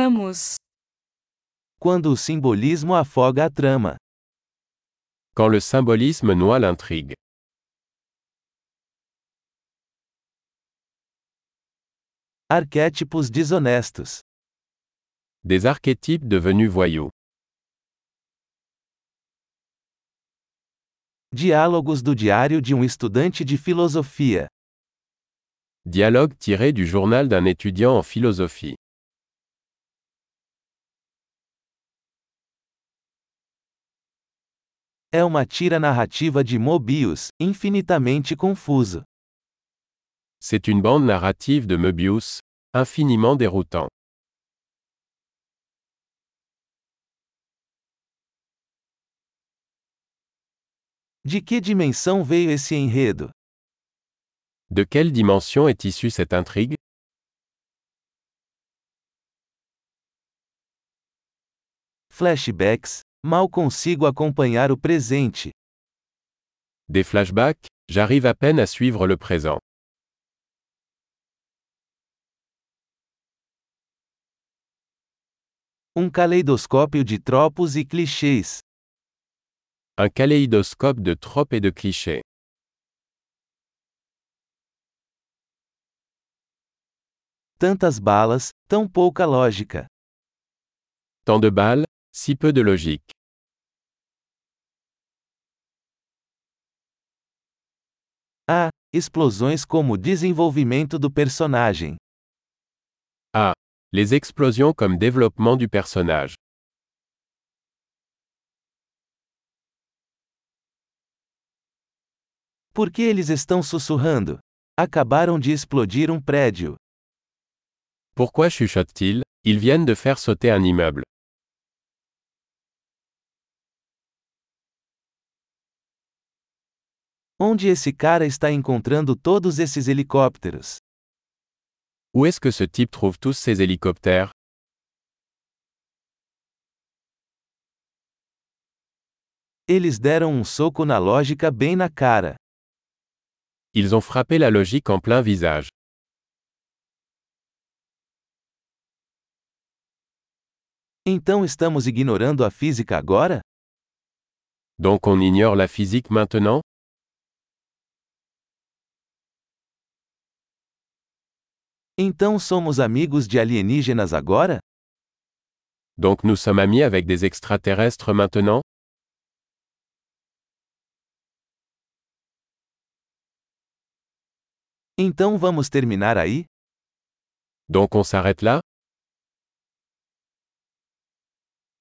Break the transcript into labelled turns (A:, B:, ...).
A: Vamos!
B: Quando o simbolismo afoga a trama.
C: Quand le symbolisme noie l'intrigue.
B: Arquétipos desonestos.
C: Des archétypes devenus voyous.
B: Diálogos do diário de um estudante de filosofia.
C: Dialogue tiré du journal d'un étudiant en philosophie.
B: É uma tira narrativa de Mobius, infinitamente confuso.
C: C'est une bande narrative de Möbius, infiniment déroutant.
B: De que dimensão veio esse enredo?
C: De quelle dimension est issue cette intrigue
B: Flashbacks, mal consigo acompanhar o presente.
C: Des flashbacks J'arrive à peine à suivre le présent.
B: Um caleidoscópio de tropos e clichês.
C: Un kaléidoscope de tropes et de clichés.
B: Tantas balas, tão pouca lógica.
C: Tant de balles, si peu de logique.
B: Ah, explosões como desenvolvimento do personagem.
C: Les explosions comme développement du personnage.
B: Por que eles estão sussurrando? Acabaram de explodir um prédio.
C: Pourquoi chuchote-t-il Ils viennent de faire sauter un immeuble.
B: Onde esse cara está encontrando todos esses helicópteros?
C: Où est-ce que ce type trouve tous ces hélicoptères
B: Eles deram um soco na lógica bem na cara.
C: Ils ont frappé la logique en plein visage.
B: Então estamos ignorando a física agora?
C: Donc on ignore la physique maintenant
B: Então somos amigos de alienígenas agora?
C: Donc nous sommes amis avec des extraterrestres maintenant
B: Então vamos terminar aí? Então
C: Donc on s'arrête là